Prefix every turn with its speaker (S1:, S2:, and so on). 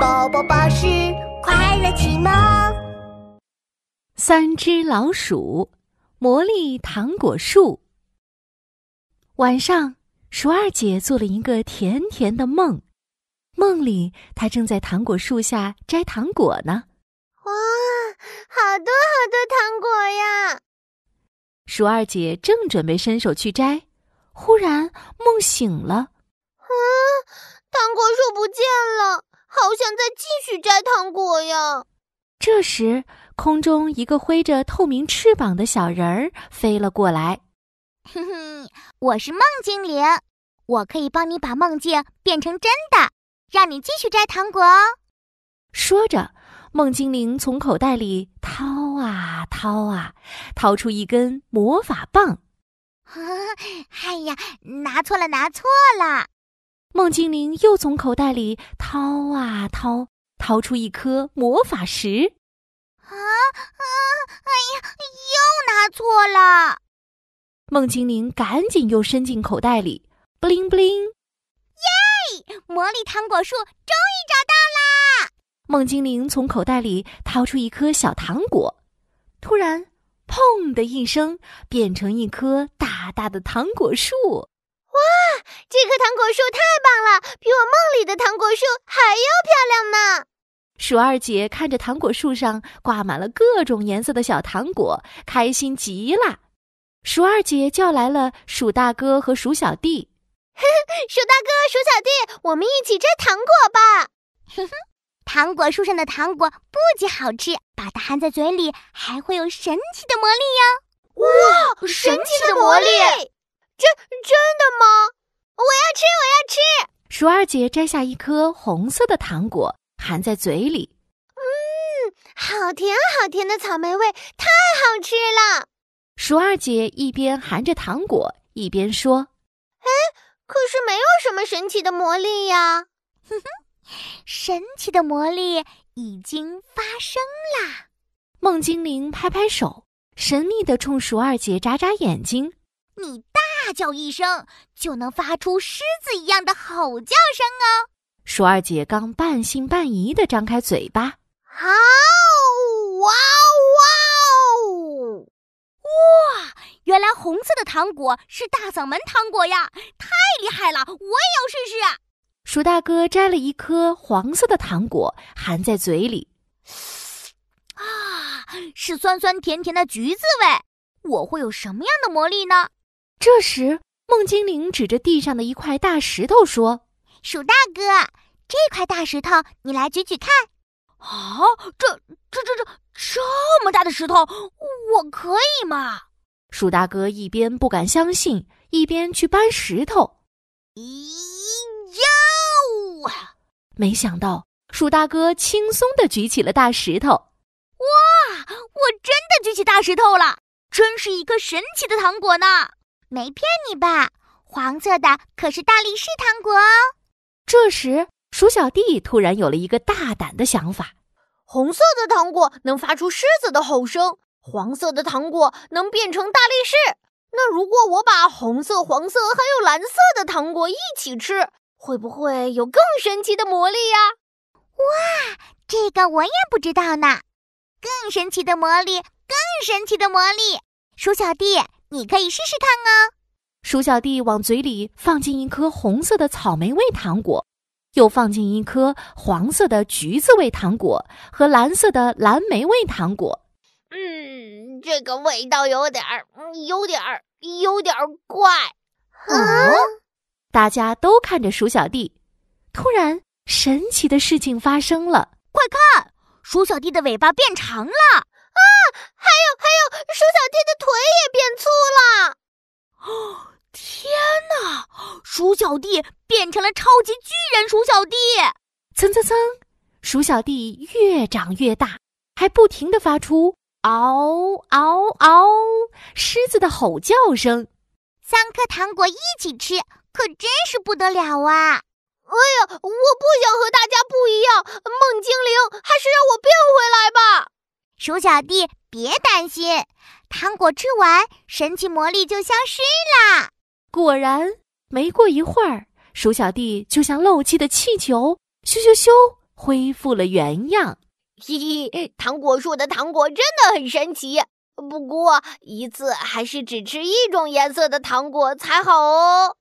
S1: 宝宝巴士快乐启蒙。
S2: 三只老鼠，魔力糖果树。晚上，鼠二姐做了一个甜甜的梦，梦里她正在糖果树下摘糖果呢。
S1: 哇，好多好多糖果呀！
S2: 鼠二姐正准备伸手去摘，忽然梦醒了。
S1: 啊，糖果树不见了，好想再继续摘糖果呀！
S2: 这时，空中一个挥着透明翅膀的小人儿飞了过来。
S3: 哼哼，我是梦精灵，我可以帮你把梦境变成真的，让你继续摘糖果哦。
S2: 说着，梦精灵从口袋里掏啊掏啊，掏出一根魔法棒。
S3: 哎呀，拿错了，拿错了！
S2: 梦精灵又从口袋里掏啊掏，掏出一颗魔法石。
S3: 啊啊！哎呀，又拿错了！
S2: 梦精灵赶紧又伸进口袋里，布灵布灵，
S3: 耶！魔力糖果树终于找到啦！
S2: 梦精灵从口袋里掏出一颗小糖果，突然。砰的一声，变成一棵大大的糖果树。
S1: 哇，这棵糖果树太棒了，比我梦里的糖果树还要漂亮呢！
S2: 鼠二姐看着糖果树上挂满了各种颜色的小糖果，开心极了。鼠二姐叫来了鼠大哥和鼠小弟。
S1: 鼠大哥、鼠小弟，我们一起摘糖果吧！
S3: 哼哼。糖果树上的糖果不仅好吃，把它含在嘴里还会有神奇的魔力
S1: 哟！哇，神奇的魔力！真真的吗？我要吃，我要吃！
S2: 鼠二姐摘下一颗红色的糖果，含在嘴里，
S1: 嗯，好甜好甜的草莓味，太好吃了！
S2: 鼠二姐一边含着糖果，一边说：“
S1: 哎，可是没有什么神奇的魔力呀！”
S3: 哼哼。神奇的魔力已经发生啦！
S2: 梦精灵拍拍手，神秘的冲鼠二姐眨眨眼睛。
S3: 你大啊叫一声，就能发出狮子一样的吼叫声哦！
S2: 鼠二姐刚半信半疑的张开嘴巴，
S1: 啊哦哇哦哇哦！
S3: 哇，原来红色的糖果是大嗓门糖果呀！太厉害了，我也要试试！
S2: 鼠大哥摘了一颗黄色的糖果，含在嘴里，
S3: 啊，是酸酸甜甜的橘子味。我会有什么样的魔力呢？
S2: 这时，梦精灵指着地上的一块大石头说：“
S3: 鼠大哥，这块大石头，你来举举看。”
S4: 啊，这这这这这么大的石头，我可以吗？
S2: 鼠大哥一边不敢相信，一边去搬石头。
S3: 咦？
S2: 没想到，鼠大哥轻松的举起了大石头。
S3: 哇！我真的举起大石头了，真是一颗神奇的糖果呢！
S4: 没骗你吧？黄色的可是大力士糖果哦。
S2: 这时，鼠小弟突然有了一个大胆的想法：
S1: 红色的糖果能发出狮子的吼声，黄色的糖果能变成大力士。那如果我把红色、黄色还有蓝色的糖果一起吃？会不会有更神奇的魔力呀、
S3: 啊？哇，这个我也不知道呢。更神奇的魔力，更神奇的魔力，鼠小弟，你可以试试看哦。
S2: 鼠小弟往嘴里放进一颗红色的草莓味糖果，又放进一颗黄色的橘子味糖果和蓝色的蓝莓味糖果。
S1: 嗯，这个味道有点儿，嗯有点儿，有点儿怪。
S3: 啊！
S2: 大家都看着鼠小弟，突然，神奇的事情发生了！
S3: 快看，鼠小弟的尾巴变长了啊！
S1: 还有还有，鼠小弟的腿也变粗了！
S4: 哦，天哪！鼠小弟变成了超级巨人鼠小弟！
S2: 蹭蹭蹭，鼠小弟越长越大，还不停的发出嗷嗷嗷狮子的吼叫声。
S3: 三颗糖果一起吃。可真是不得了啊！
S1: 哎呀，我不想和大家不一样，梦精灵，还是让我变回来吧。
S3: 鼠小弟，别担心，糖果吃完，神奇魔力就消失啦。
S2: 果然，没过一会儿，鼠小弟就像漏气的气球，咻咻咻恢复了原样。
S1: 嘿嘿，糖果树的糖果真的很神奇。不过一次还是只吃一种颜色的糖果才好哦。